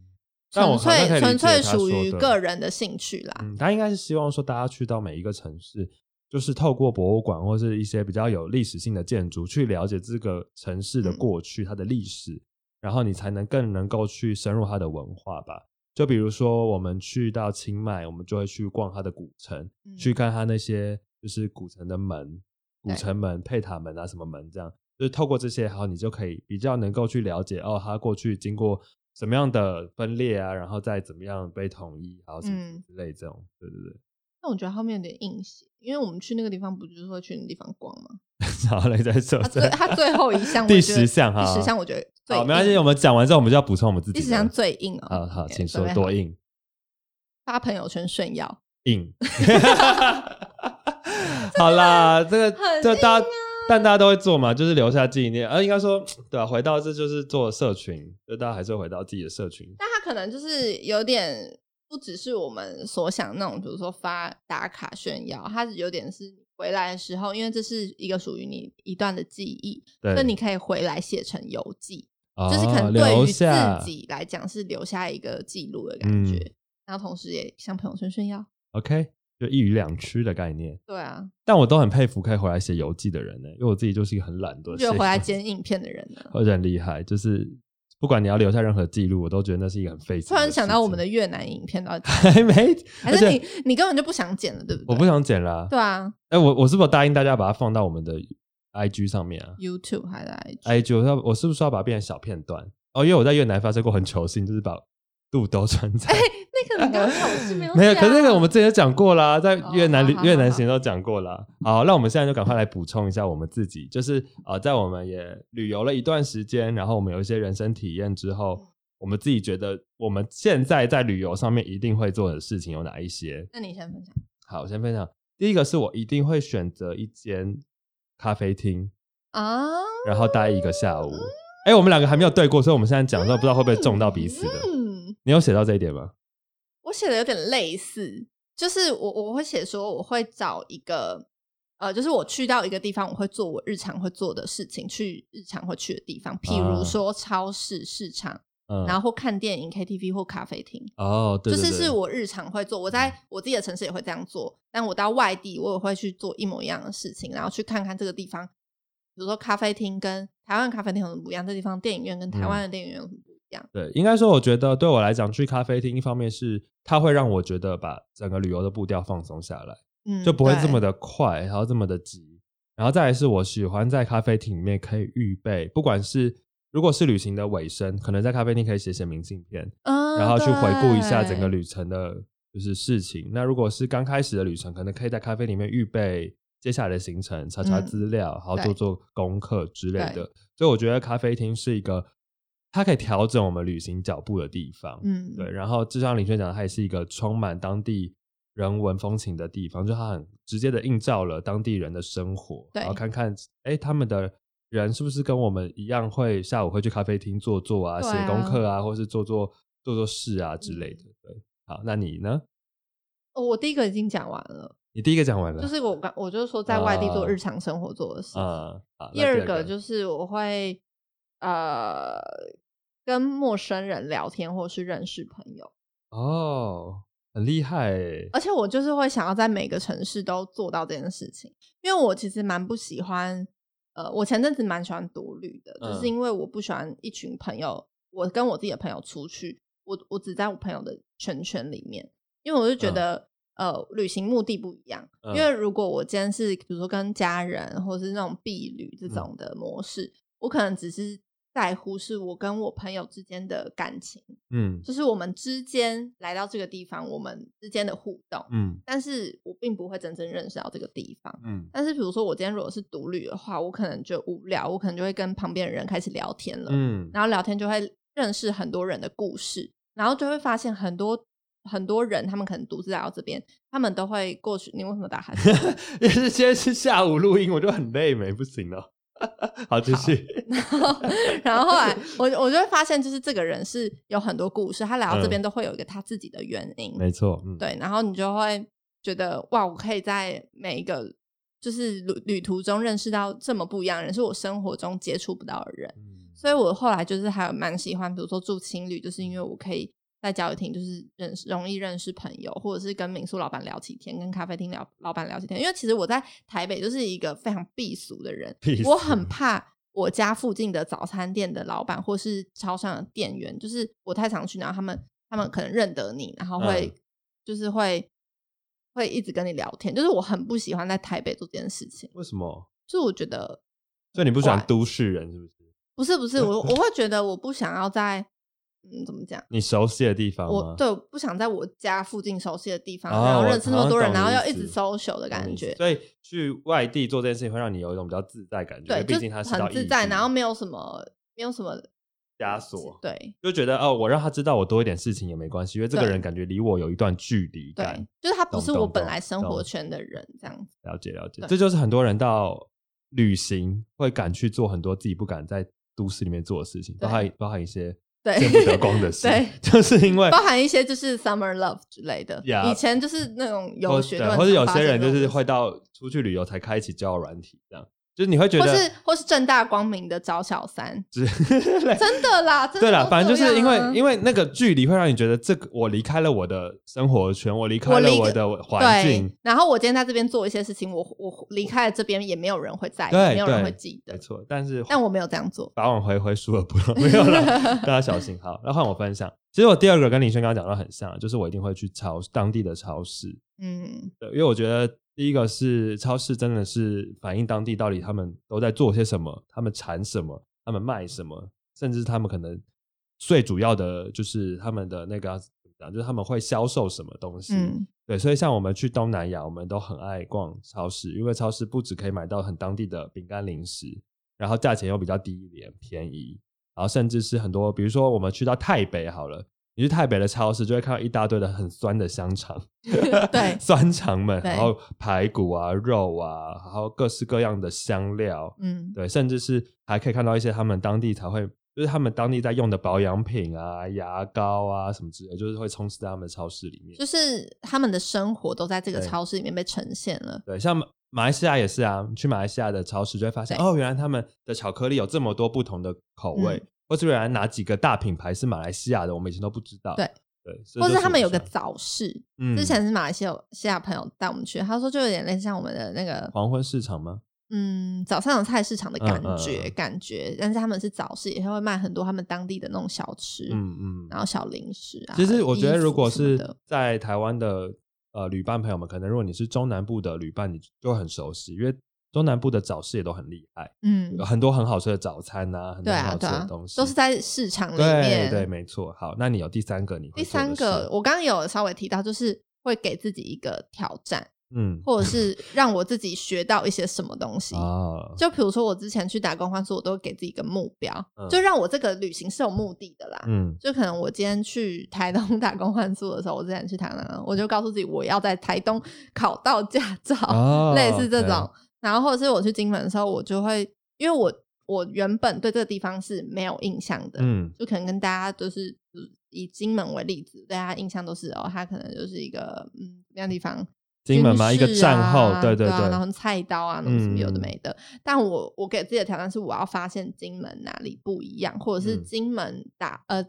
Speaker 1: 但我
Speaker 2: 纯
Speaker 1: 好像
Speaker 2: 粹
Speaker 1: 可以理解
Speaker 2: 纯粹
Speaker 1: 他说
Speaker 2: 属于
Speaker 1: 的
Speaker 2: 个人的兴趣啦。
Speaker 1: 嗯，他应该是希望说大家去到每一个城市，就是透过博物馆或是一些比较有历史性的建筑，去了解这个城市的
Speaker 2: 嗯
Speaker 1: 过去、它的历史，然后你才能更能够去深入它的文化吧。就比如说我们去到清迈，我们就会去逛它的古城，
Speaker 2: 嗯
Speaker 1: 去看它那些就是古城的门、古
Speaker 2: 对
Speaker 1: 城门、配塔门啊什么门这样。就是透过这些，然后你就可以比较能够去了解哦，它过去经过什么样的分裂啊，然后再怎么样被统一，然后什么什么
Speaker 2: 嗯
Speaker 1: 之类这种，对对对。
Speaker 2: 那我觉得后面有点硬写，因为我们去那个地方不就是会去那个地方逛 吗？
Speaker 1: 好嘞，再说
Speaker 2: 他啊最他最后一 项，我
Speaker 1: 第
Speaker 2: 觉得
Speaker 1: 十项哈，
Speaker 2: 第十项我觉得最
Speaker 1: 好，没关系，
Speaker 2: 硬
Speaker 1: 我们讲完之后我们就要补充我们自己
Speaker 2: 第
Speaker 1: 的。
Speaker 2: 十项最硬哦。
Speaker 1: 好好，
Speaker 2: OK，
Speaker 1: 请
Speaker 2: 准
Speaker 1: 说
Speaker 2: 备好
Speaker 1: 多硬
Speaker 2: 发朋友圈炫耀，
Speaker 1: 硬。 好啦，这个
Speaker 2: 很
Speaker 1: 这
Speaker 2: 硬啊
Speaker 1: 大家但大家都会做嘛，就是留下纪念。呃，应该说 对啊，回到这就是做社群，就大家还是会回到自己的社群。
Speaker 2: 但他可能就是有点不只是我们所想那种，比如说发打卡炫耀，他有点是回来的时候，因为这是一个属于你一段的记忆，
Speaker 1: 对，
Speaker 2: 所以你可以回来写成游记。
Speaker 1: 就
Speaker 2: 就是可能对
Speaker 1: 留
Speaker 2: 于自
Speaker 1: 下
Speaker 2: 己来讲是留下一个记录的感觉，
Speaker 1: 嗯
Speaker 2: 然后同时也向朋友圈炫耀。
Speaker 1: OK，就一鱼两吃的概念。
Speaker 2: 对啊，
Speaker 1: 但我都很佩服可以回来写游记的人呢、欸因为我自己就是一个很懒惰，
Speaker 2: 就回来
Speaker 1: 写
Speaker 2: 剪影片的人呢、
Speaker 1: 而且很厉害，就是不管你要留下任何记录，我都觉得那是一个很费劲。
Speaker 2: 突然想到我们的，越南影片到底怎么 样，
Speaker 1: 还没，
Speaker 2: 还
Speaker 1: 而
Speaker 2: 是
Speaker 1: 且
Speaker 2: 你你根本就不想剪了，对不对？
Speaker 1: 我不想剪啦、
Speaker 2: 对啊
Speaker 1: 哎、我我是不是有答应大家把它放到我们的 IG 上面啊
Speaker 2: ，YouTube 还来
Speaker 1: ？IG 我要我是不是要把它变成小片段？哦，因为我在越南发生过很糗事情，就是把肚兜穿在。
Speaker 2: 那哎个你刚刚是没 有
Speaker 1: 没有，可
Speaker 2: 讲
Speaker 1: 是那个我们之前就讲过啦，在
Speaker 2: 哦
Speaker 1: 越南、
Speaker 2: 好好
Speaker 1: 越南
Speaker 2: 好
Speaker 1: 行都讲过啦。好，那我们现在就赶快来补充一下我们自己，就是呃，在我们也旅游了一段时间，然后我们有一些人生体验之后，我们自己觉得我们现在在旅游上面一定会做的事情有哪一些？
Speaker 2: 那你先分享。
Speaker 1: 好，我先分享第一个是我一定会选择一间咖啡厅，
Speaker 2: 啊，
Speaker 1: 然后待一个下午。哎、我们两个还没有对过，所以我们现在讲的时候不知道会不会中到彼此的。
Speaker 2: 嗯，
Speaker 1: 你有写到这一点吗？
Speaker 2: 我写的有点类似，就是我我会写说我会找一个呃，就是我去到一个地方，我会做我日常会做的事情，去日常会去的地方，譬
Speaker 1: 啊
Speaker 2: 如说超市、市场，
Speaker 1: 嗯，
Speaker 2: 然后或看电影、KTV 或咖啡厅。
Speaker 1: 哦，对
Speaker 2: 就
Speaker 1: 对对，嗯
Speaker 2: 是是我日常会做，我在我自己的城市也会这样做，但我到外地我也会去做一模一样的事情，然后去看看这个地方，比如说咖啡厅跟台湾咖啡厅有什么不一样，这地方电影院跟台
Speaker 1: 嗯
Speaker 2: 湾的电影院有什么不一样，
Speaker 1: 对，应该说，我觉得对我来讲，去咖啡厅一方面是它会让我觉得把整个旅游的步调放松下来，
Speaker 2: 嗯，
Speaker 1: 就不会这么
Speaker 2: 的，
Speaker 1: 的快，然后这么的急。然后再来是我喜欢在咖啡厅里面可以预备，不管是如果是旅行的尾声，可能在咖啡厅可以写写明信片，
Speaker 2: 嗯，
Speaker 1: 然后去回顾一下整个
Speaker 2: 对
Speaker 1: 旅程的，就是事情。那如果是刚开始的旅程，可能可以在咖啡里面预备接下来的行程，查查
Speaker 2: 嗯
Speaker 1: 资料，然后
Speaker 2: 对
Speaker 1: 做做功课之类
Speaker 2: 对
Speaker 1: 的。所以我觉得咖啡厅是一个，它可以调整我们旅行脚步的地方。
Speaker 2: 嗯，
Speaker 1: 对，然后就像林轩讲的，它也是一个充满当地人文风情的地方，就它很直接的映照了当地人的生活，
Speaker 2: 对
Speaker 1: 然后看看哎他们的人是不是跟我们一样会下午会去咖啡厅坐坐啊，
Speaker 2: 对
Speaker 1: 写
Speaker 2: 啊嗯
Speaker 1: 功课啊，或是做做做做事啊之类的。对，好，那你呢？
Speaker 2: 哦我第一个已经讲完了，
Speaker 1: 你第一个讲完了，
Speaker 2: 就是我刚我就说在外地做
Speaker 1: 啊
Speaker 2: 日常生活做的事情，
Speaker 1: 啊，好
Speaker 2: 第
Speaker 1: 那
Speaker 2: 二
Speaker 1: 二
Speaker 2: 个就是我会呃跟陌生人聊天，或是认识朋友，
Speaker 1: 哦，很厉害欸，
Speaker 2: 而且我就是会想要在每个城市都做到这件事情，因为我其实蛮不喜欢，呃，我前阵子蛮喜欢独旅的，就是
Speaker 1: 嗯
Speaker 2: 因为我不喜欢一群朋友，我跟我自己的朋友出去，我我只在我朋友的圈圈里面，因为我就觉
Speaker 1: 嗯
Speaker 2: 得。呃，旅行目的不一样，呃因
Speaker 1: 嗯
Speaker 2: 为如果我今天是比如说跟家人或是那种避旅
Speaker 1: 嗯
Speaker 2: 这种的模式，我可能只是在乎是我跟我朋友之间的感情，
Speaker 1: 嗯
Speaker 2: 就是我们之间来到这个地方，我们之间的互动。
Speaker 1: 嗯
Speaker 2: 但是我并不会真正认识到这个地方。
Speaker 1: 嗯
Speaker 2: 但是比如说我今天如果是独旅的话，我可能就无聊，我可能就会跟旁边的人开始聊天了，
Speaker 1: 嗯，
Speaker 2: 然后聊天就会认识很多人的故事，然后就会发现很多。很多人他们可能独自来到这边，他们都会过去。你为什么打哈欠？
Speaker 1: 也是今天是下午录音，我就很累，没不行了。 好，继续。
Speaker 2: 然后，然后后来我我就会发现，就是这个人是有很多故事，他来到这边都会有一个他自己的原因。
Speaker 1: 嗯没错，嗯，
Speaker 2: 对，然后你就会觉得哇，我可以在每一个就是旅旅途中认识到这么不一样的人，是我生活中接触不到的人。
Speaker 1: 嗯
Speaker 2: 所以我后来就是还蛮喜欢，比如说住青旅，就是因为我可以在交友亭就是认识容易认识朋友，或者是跟民宿老板聊起天，跟咖啡厅聊老板聊起天。因为其实我在台北就是一个非常避俗的人，
Speaker 1: 屁
Speaker 2: 我
Speaker 1: 事
Speaker 2: 很怕我家附近的早餐店的老板或是超商的店员，就是我太常去，然后他们他们可能认得你，然后会、
Speaker 1: 嗯
Speaker 2: 就是会会一直跟你聊天，就是我很不喜欢在台北做这件事情，
Speaker 1: 为什么？
Speaker 2: 就是我觉得
Speaker 1: 所以你不喜
Speaker 2: 怪
Speaker 1: 欢都市人是不是？
Speaker 2: 不是不是我我会觉得我不想要在嗯怎么讲。
Speaker 1: 你熟悉的地方吗？
Speaker 2: 我对我不想在我家附近熟悉的地方，
Speaker 1: 嗯哦
Speaker 2: 然后
Speaker 1: 我
Speaker 2: 认识那么
Speaker 1: 好像
Speaker 2: 多人，
Speaker 1: 懂
Speaker 2: 然后
Speaker 1: 你
Speaker 2: 要
Speaker 1: 意
Speaker 2: 一直
Speaker 1: 思
Speaker 2: social
Speaker 1: 懂
Speaker 2: 的感
Speaker 1: 你意思
Speaker 2: 觉，
Speaker 1: 所以去外地做这件事情会让你有一种比较自在感觉，
Speaker 2: 对，
Speaker 1: 因为
Speaker 2: 就
Speaker 1: 毕竟它是到
Speaker 2: 很
Speaker 1: 异
Speaker 2: 自
Speaker 1: 地
Speaker 2: 在，然后没有什么没有什么
Speaker 1: 枷锁，
Speaker 2: 对
Speaker 1: 就觉得哦，我让他知道我多一点事情也没关系，因为这个
Speaker 2: 对
Speaker 1: 人感觉离我有一段距离
Speaker 2: 对
Speaker 1: 感。，
Speaker 2: 就是他不
Speaker 1: 懂
Speaker 2: 是我
Speaker 1: 懂
Speaker 2: 本
Speaker 1: 懂
Speaker 2: 来生活
Speaker 1: 懂
Speaker 2: 圈的人这样子。
Speaker 1: 了解了解
Speaker 2: 对，
Speaker 1: 这就是很多人到旅行会敢去做很多自己不敢在都市里面做的事情，
Speaker 2: 对
Speaker 1: 包含包含一些
Speaker 2: 对
Speaker 1: 见不得光 的事，
Speaker 2: 对，
Speaker 1: 就是因为
Speaker 2: 包含一些就是 summer love 之类的。
Speaker 1: Yeah
Speaker 2: 以前就是那种
Speaker 1: 或
Speaker 2: 游学
Speaker 1: 哦对啊
Speaker 2: 都很
Speaker 1: 或者
Speaker 2: 常
Speaker 1: 有
Speaker 2: 发
Speaker 1: 些
Speaker 2: 现
Speaker 1: 人
Speaker 2: 这
Speaker 1: 就
Speaker 2: 种
Speaker 1: 是
Speaker 2: 事
Speaker 1: 会到出去旅游才开启交友软体，这样就是你会觉
Speaker 2: 或
Speaker 1: 得
Speaker 2: 是或是正大光明的找小三，
Speaker 1: 只
Speaker 2: 真的啦，真的
Speaker 1: 对
Speaker 2: 啦，
Speaker 1: 啦，反正就是因为
Speaker 2: 为
Speaker 1: 因为那个距离会让你觉得这个我离开了我的生活圈，我离
Speaker 2: 我
Speaker 1: 开了
Speaker 2: 离
Speaker 1: 我
Speaker 2: 个
Speaker 1: 的环境
Speaker 2: 对，，然后我今天在这边做一些事情，我我离开了这边也没有人会在意，
Speaker 1: 对
Speaker 2: 没有人会
Speaker 1: 对
Speaker 2: 记
Speaker 1: 没
Speaker 2: 得，
Speaker 1: 错。但是
Speaker 2: 但我没有这样做。
Speaker 1: 法网恢恢，疏而不 漏，没有啦，大家小心。好，那换我分享。其实我第二个跟林轩刚刚讲到很像，就是我一定会去超当地的超市，
Speaker 2: 嗯，
Speaker 1: 对，因为我觉得第一个是超市真的是反映当地到底他们都在做些什么，他们产什么，他们卖什么，甚至他们可能最主要的就是他们的那个啊怎么讲，就是他们会销售什么东西。
Speaker 2: 嗯，
Speaker 1: 对，所以像我们去东南亚，我们都很爱逛超市，因为超市不只可以买到很当地的饼干零食，然后价钱又比较低廉便宜，然后甚至是很多，比如说我们去到台北好了。你去台北的超市，就会看到一大堆的很酸的香肠，
Speaker 2: 对
Speaker 1: 酸肠们，
Speaker 2: 对
Speaker 1: 然后排骨啊、肉啊，然后各式各样的香料，
Speaker 2: 嗯，
Speaker 1: 对，甚至是还可以看到一些他们当地才会，就是他们当地在用的保养品啊、牙膏啊什么之类，就是会充斥在他们的超市里面。
Speaker 2: 就是他们的生活都在这个
Speaker 1: 对
Speaker 2: 超市里面被呈现了。
Speaker 1: 对，像马马来西亚也是啊，去马来西亚的超市就会发现，
Speaker 2: 对
Speaker 1: 哦，原来他们的巧克力有这么多不同的口味，
Speaker 2: 嗯
Speaker 1: 或是原来哪几个大品牌是马来西亚的，我们以前都不知道。
Speaker 2: 对
Speaker 1: 对，所以
Speaker 2: 或
Speaker 1: 就是
Speaker 2: 他们
Speaker 1: 我
Speaker 2: 有个
Speaker 1: 喜欢
Speaker 2: 早市，
Speaker 1: 嗯
Speaker 2: 之前是马来西亚西亚朋友带我们去，他说就有点类似像我们的那个
Speaker 1: 黄昏市场吗？
Speaker 2: 嗯早上有菜市场的感
Speaker 1: 哦嗯嗯
Speaker 2: 觉、
Speaker 1: 嗯
Speaker 2: 感觉，但是他们是早市，也会卖很多他们当地的那种小吃，
Speaker 1: 嗯嗯，
Speaker 2: 然后小零食啊。
Speaker 1: 其实我觉得，
Speaker 2: 衣服
Speaker 1: 如果
Speaker 2: 什么
Speaker 1: 是
Speaker 2: 的
Speaker 1: 在台湾的呃旅伴朋友们，可能如果你是中南部的旅伴，你就会很熟悉，因为中南部的早市也都很厉害，
Speaker 2: 嗯
Speaker 1: 有，很多很好吃的早餐啊，很多
Speaker 2: 对
Speaker 1: 很
Speaker 2: 啊，
Speaker 1: 好吃
Speaker 2: 对
Speaker 1: 的
Speaker 2: 啊
Speaker 1: 东，西，
Speaker 2: 都是在市场里
Speaker 1: 对
Speaker 2: 面。
Speaker 1: 对，没错。好，那你有第三个你会
Speaker 2: 第
Speaker 1: 做的
Speaker 2: 三个
Speaker 1: 事，
Speaker 2: 我刚刚有稍微提到，就是会给自己一个挑战，
Speaker 1: 嗯
Speaker 2: 或 者是让我自己学到一些什么东西。
Speaker 1: 啊，
Speaker 2: 就比如说我之前去打工换宿，我都会给自己一个目标，
Speaker 1: 嗯
Speaker 2: 就让我这个旅行是有目的的啦。
Speaker 1: 嗯
Speaker 2: 就可能我今天去台东 打工换宿的时候，我之前去台南，我就告诉自己我要在台东考到驾照，
Speaker 1: 哦
Speaker 2: 类似这种。
Speaker 1: OK
Speaker 2: 然后或者是我去金门的时候，我就会因为我我原本对这个地方是没有印象的，
Speaker 1: 嗯
Speaker 2: 就可能跟大家都是嗯以金门为例子，大家印象都是哦，它可能就是一个嗯怎么样的地方。
Speaker 1: 金门嘛
Speaker 2: 军
Speaker 1: 一个
Speaker 2: 事
Speaker 1: 战
Speaker 2: 啊
Speaker 1: 后对对
Speaker 2: 对啊
Speaker 1: 对
Speaker 2: 然后菜刀啊，什么什么有的
Speaker 1: 嗯
Speaker 2: 没的。但我我给自己的挑战是，我要发现金门哪里不一样，或者是
Speaker 1: 嗯
Speaker 2: 金门打、呃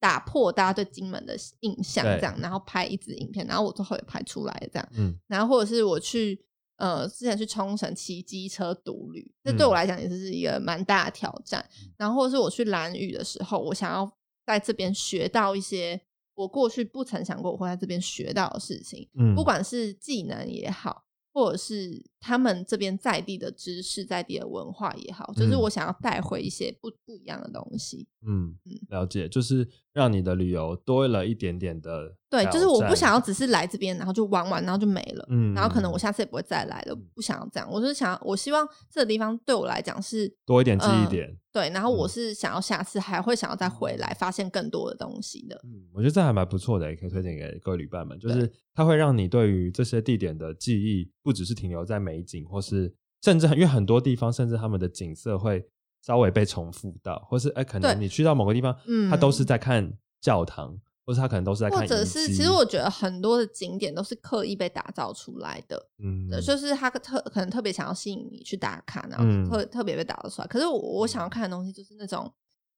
Speaker 2: 打破大家对金门的印象，
Speaker 1: 对
Speaker 2: 这样，然后拍一支影片，然后我最后也拍出来这样。
Speaker 1: 嗯
Speaker 2: 然后或者是我去呃之前去冲绳骑机车独旅，这对
Speaker 1: 嗯
Speaker 2: 我来讲也是一个蛮大的挑战。然后或者是我去蓝屿的时候，我想要在这边学到一些我过去不曾想过我会在这边学到的事情，
Speaker 1: 嗯，
Speaker 2: 不管是技能也好。或者是他们这边在地的知识、在地的文化也好，就是
Speaker 1: 嗯
Speaker 2: 我想要带回一些不不一样的东西。
Speaker 1: 嗯
Speaker 2: 嗯
Speaker 1: 了解，就是让你的旅游多了一点点的
Speaker 2: 对，就是我不想要
Speaker 1: 要，
Speaker 2: 只是来这边，然后就玩玩，然后就没了。
Speaker 1: 嗯，
Speaker 2: 然后可能
Speaker 1: 嗯
Speaker 2: 我下次也不会再来了，不想要这样。我就是想，我希望这个地方对我来讲是
Speaker 1: 多一点记忆
Speaker 2: 嗯
Speaker 1: 点，
Speaker 2: 对，然后我
Speaker 1: 嗯
Speaker 2: 是想要下次还会想要再回来，发现更多的东西的。
Speaker 1: 嗯，我觉得这还蛮不错的，欸也可以推荐给各位旅伴们。就是它会让你对于这些地点的记忆，不只是停留在美景，或是甚至因为很多地方，甚至他们的景色会稍微被重复到，或是哎、可能
Speaker 2: 对
Speaker 1: 你去到某个地方，
Speaker 2: 嗯
Speaker 1: 它都是在看教堂，或是它可能都是在看
Speaker 2: 或
Speaker 1: 遗迹，
Speaker 2: 者是，其实我觉得很多的景点都是刻意被打造出来的，
Speaker 1: 嗯
Speaker 2: 对就是他特可能特别想要吸引你去打卡，然后
Speaker 1: 嗯
Speaker 2: 特、特别被打造出来。可是我我想要看的东西就是那种，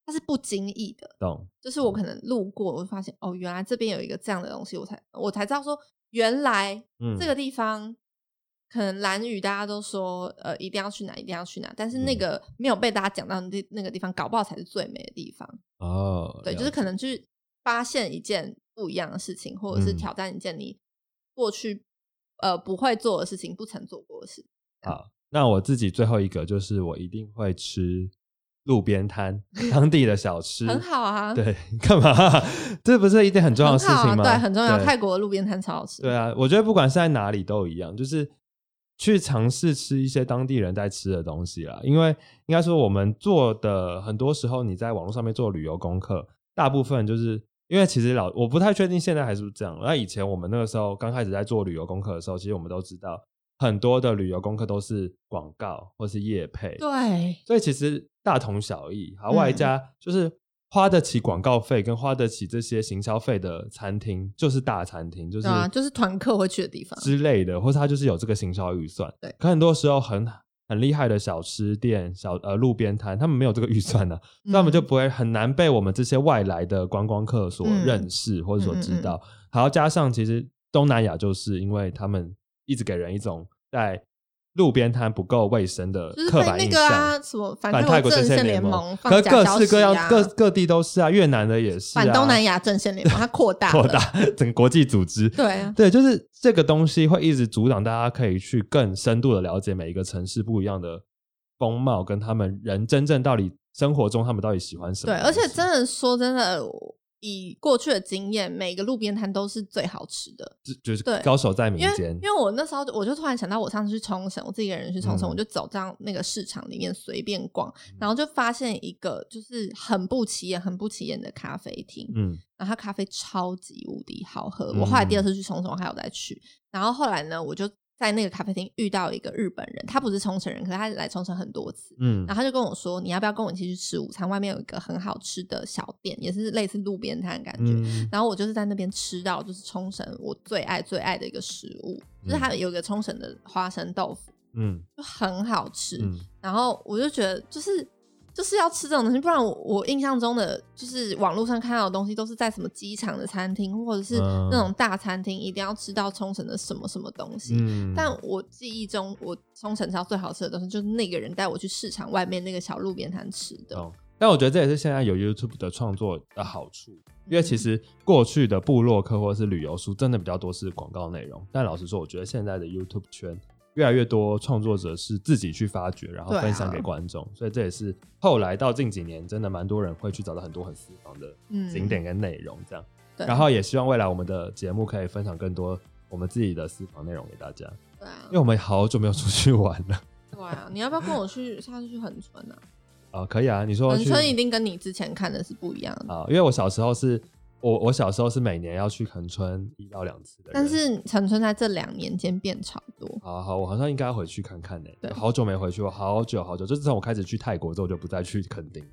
Speaker 2: 它是不经意的，
Speaker 1: 懂，
Speaker 2: 就是我可能路过，我会发现哦，原来这边有一个这样的东西，我才我才知道说，原来
Speaker 1: 嗯，
Speaker 2: 这个地方、可能蓝屿大家都说呃一定要去哪，一定要去哪，但是那
Speaker 1: 嗯
Speaker 2: 个没有被大家讲到的地那个地方，搞不好才是最美的地方。
Speaker 1: 哦，
Speaker 2: 对，
Speaker 1: 了
Speaker 2: 就是
Speaker 1: 解
Speaker 2: 可能去发现一件不一样的事情，或者是
Speaker 1: 嗯
Speaker 2: 挑战一件你过去呃不会做的事情，不曾做过的事。
Speaker 1: 好，那我自己最后一个就是我一定会吃路边摊当地的小吃，
Speaker 2: 很好啊，
Speaker 1: 对，干嘛？ 这不是一件很重要的
Speaker 2: 很
Speaker 1: 事
Speaker 2: 好
Speaker 1: 情
Speaker 2: 啊，
Speaker 1: 吗？
Speaker 2: 对，很重要。
Speaker 1: 对
Speaker 2: 泰国的路边摊超好吃。
Speaker 1: 对，啊，我觉得不管是在哪里都一样，就是去尝试吃一些当地人在吃的东西啦。因为应该说我们做的很多时候，你在网络上面做旅游功课，大部分就是因为其实老我不太确定现在还是不是这样。那以前我们那个时候刚开始在做旅游功课的时候，其实我们都知道很多的旅游功课都是广告或是业配，
Speaker 2: 对，
Speaker 1: 所以其实大同小异。好，
Speaker 2: 嗯
Speaker 1: 外加就是花得起广告费跟花得起这些行销费的餐厅，就是大餐厅，就是
Speaker 2: 对啊，就是团客会去的地方。
Speaker 1: 之类的，或是他就是有这个行销预算。
Speaker 2: 对
Speaker 1: 可很多时候很很厉害的小吃店、小呃路边摊，他们没有这个预算呢、所以他们就
Speaker 2: 嗯
Speaker 1: 不会很难被我们这些外来的观光客所
Speaker 2: 嗯
Speaker 1: 认识或者所
Speaker 2: 嗯嗯
Speaker 1: 知
Speaker 2: 嗯
Speaker 1: 道。还要加上，其实东南亚就是因为他们一直给人一种在路边摊不够卫生的
Speaker 2: 就是
Speaker 1: 刻
Speaker 2: 被
Speaker 1: 板
Speaker 2: 那
Speaker 1: 印
Speaker 2: 个
Speaker 1: 象。
Speaker 2: 啊什么反
Speaker 1: 反泰国
Speaker 2: 国阵
Speaker 1: 线
Speaker 2: 联
Speaker 1: 盟，
Speaker 2: 放
Speaker 1: 可
Speaker 2: 假
Speaker 1: 各
Speaker 2: 消
Speaker 1: 式各
Speaker 2: 息
Speaker 1: 样、
Speaker 2: 啊
Speaker 1: 各各地都是啊，越南的也是、啊，
Speaker 2: 反东南亚阵线联盟，它扩 大
Speaker 1: 扩
Speaker 2: 了
Speaker 1: 大整个国际组织，
Speaker 2: 对啊，
Speaker 1: 对，就是这个东西会一直阻挡大家可以去更深度的了解每一个城市不一样的风貌，跟他们人真正到底生活中他们到底喜欢什么
Speaker 2: 对，
Speaker 1: 东西。
Speaker 2: 而且真的说真的，我以过去的经验，每个路边摊都是最好吃的，
Speaker 1: 就就是
Speaker 2: 对
Speaker 1: 高手在民
Speaker 2: 因为
Speaker 1: 间
Speaker 2: 因，为我那时候我就突然想到，我上次去冲绳，我自己一个人去冲绳，
Speaker 1: 嗯
Speaker 2: 我就走到那个市场里面随便逛，然后就发现一个就是很不起眼、很不起眼的咖啡厅，
Speaker 1: 嗯
Speaker 2: 然后它咖啡超级无敌好喝。我后来第二次去冲绳，我还有再去。然后后来呢，我就在那个咖啡厅遇到一个日本人，他不是冲绳人，可是他来冲绳很多次。
Speaker 1: 嗯
Speaker 2: 然后他就跟我说：“你要不要跟我一起去吃午餐？外面有一个很好吃的小店，也是类似路边摊的感觉。
Speaker 1: 嗯
Speaker 2: 然后我就是在那边吃到，就是冲绳我最爱最爱的一个食物，就是它有一个冲绳的花生豆腐，
Speaker 1: 嗯
Speaker 2: 就很好吃。
Speaker 1: 嗯，
Speaker 2: 然后我就觉得，就是就是要吃这种东西，不然我我印象中的就是网络上看到的东西，都是在什么机场的餐厅，或者是
Speaker 1: 嗯
Speaker 2: 那种大餐厅，一定要吃到冲绳的什么什么东西。
Speaker 1: 嗯
Speaker 2: 但我记忆中，我冲绳烧最好吃的东西就是那个人带我去市场外面那个小路边摊吃的。
Speaker 1: 懂哦但我觉得这也是现在有 YouTube 的创作的好处，因为
Speaker 2: 嗯
Speaker 1: 其实过去的部落客或是旅游书真的比较多是广告内容，但老实说，我觉得现在的 YouTube 圈越来越多创作者是自己去发掘，然后
Speaker 2: 对啊
Speaker 1: 分享给观众，所以这也是后来到近几年，真的蛮多人会去找到很多很私房的
Speaker 2: 嗯
Speaker 1: 景点跟内容这样。
Speaker 2: 对
Speaker 1: 然后也希望未来我们的节目可以分享更多我们自己的私房内容给大家，
Speaker 2: 对啊
Speaker 1: 因为我们好久没有出去玩了
Speaker 2: 对啊，你要不要跟我去下次去恒春啊？
Speaker 1: 啊、可以啊，你说
Speaker 2: 恒
Speaker 1: 去
Speaker 2: 春一定跟你之前看的是不一样的，
Speaker 1: 啊、因为我小时候是。我我小时候是每年要去垦村一到两次的人，
Speaker 2: 但是恒春在这两年间变超多。
Speaker 1: 好好，我好像应该回去看看呢、
Speaker 2: 对
Speaker 1: 好久没回去，我好久好久，就自从我开始去泰国之后，我就不再去垦丁了，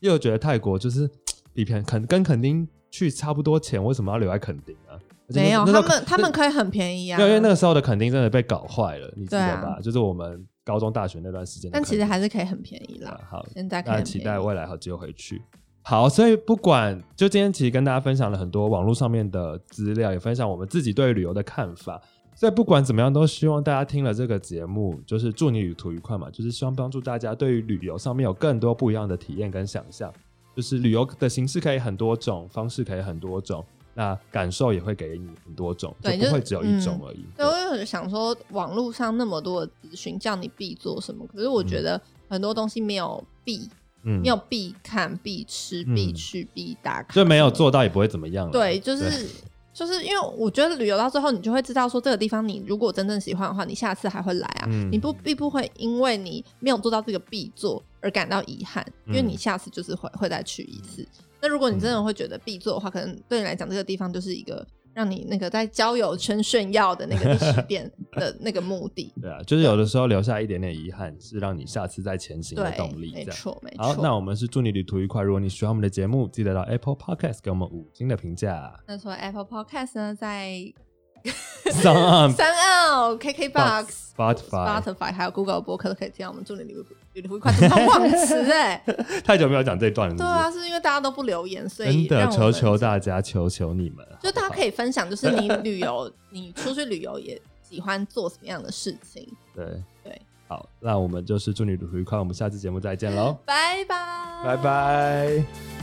Speaker 1: 因为我觉得泰国就是比肯肯跟垦丁去差不多钱，为什么要留在垦丁啊？而且那
Speaker 2: 没有，
Speaker 1: 那时
Speaker 2: 他
Speaker 1: 候
Speaker 2: 们他们
Speaker 1: 那
Speaker 2: 可以很便宜啊。
Speaker 1: 没有，因为那个时候的垦丁真的被搞坏了，你记
Speaker 2: 对
Speaker 1: 得
Speaker 2: 啊
Speaker 1: 吧？就是我们高中大学那段时间的
Speaker 2: 但
Speaker 1: 垦
Speaker 2: 其
Speaker 1: 丁，
Speaker 2: 实还是可以很便宜啦。
Speaker 1: 啊好，
Speaker 2: 现在可以
Speaker 1: 那
Speaker 2: 很
Speaker 1: 期
Speaker 2: 便宜
Speaker 1: 待未来好机会回去。好，所以不管就今天其实跟大家分享了很多网络上面的资料，也分享我们自己对旅游的看法。所以不管怎么样，都希望大家听了这个节目，就是祝你旅途愉快嘛，就是希望帮助大家对于旅游上面有更多不一样的体验跟想象。就是旅游的形式可以很多种，方式可以很多种，那感受也会给你很多种，
Speaker 2: 对
Speaker 1: 就不
Speaker 2: 就是嗯
Speaker 1: 会只有一种而已。
Speaker 2: 对，我有想说，网络上那么多的资讯叫你必做什么，可是我觉得很多东西没有必，
Speaker 1: 嗯
Speaker 2: 没有必看、必吃、
Speaker 1: 嗯
Speaker 2: 必去、必打卡，
Speaker 1: 就没有。做到也不会怎么样了。
Speaker 2: 对，就是就是因为我觉得旅游到最后，你就会知道说这个地方你如果真正喜欢的话，你下次还会来啊。
Speaker 1: 嗯
Speaker 2: 你不必不会因为你没有做到这个必做而感到遗憾，因为
Speaker 1: 嗯
Speaker 2: 你下次就是会会再去一次。那如果你真的会觉得必做的话，可能对你来讲这个地方就是一个。让你那个在交友圈炫耀的那个历史 店的那个目的，
Speaker 1: 对啊，就是有的时候留下一点点遗憾，是让你下次再前行的
Speaker 2: 对，
Speaker 1: 动力。
Speaker 2: 没
Speaker 1: 这样。
Speaker 2: 错，没
Speaker 1: 好
Speaker 2: 错。，
Speaker 1: 那我们是祝你旅途愉快。如果你喜欢我们的节目，记得到 Apple Podcast 给我们五星的评价。
Speaker 2: 那说 Apple Podcast 呢，在
Speaker 1: 上岸
Speaker 2: 三奥 KKBox、
Speaker 1: Spotify，
Speaker 2: Spotify 还有 Google 播客都可以听到我们祝你旅途旅途愉快，怎么忘词 哎、
Speaker 1: 太久没有讲这段了是不
Speaker 2: 对
Speaker 1: 是，
Speaker 2: 啊，是因为大家都不留言，所
Speaker 1: 真
Speaker 2: 以
Speaker 1: 的
Speaker 2: 让我
Speaker 1: 求
Speaker 2: 们
Speaker 1: 求大家，求求你们，啊
Speaker 2: 就大家可
Speaker 1: 以
Speaker 2: 以分享，就是你旅游，你出去旅游也喜欢做什么样的事 情？
Speaker 1: 对
Speaker 2: 对。
Speaker 1: 好，那我们就是祝你旅途愉快，我们下次节目再见喽，
Speaker 2: 拜拜，
Speaker 1: 拜。拜。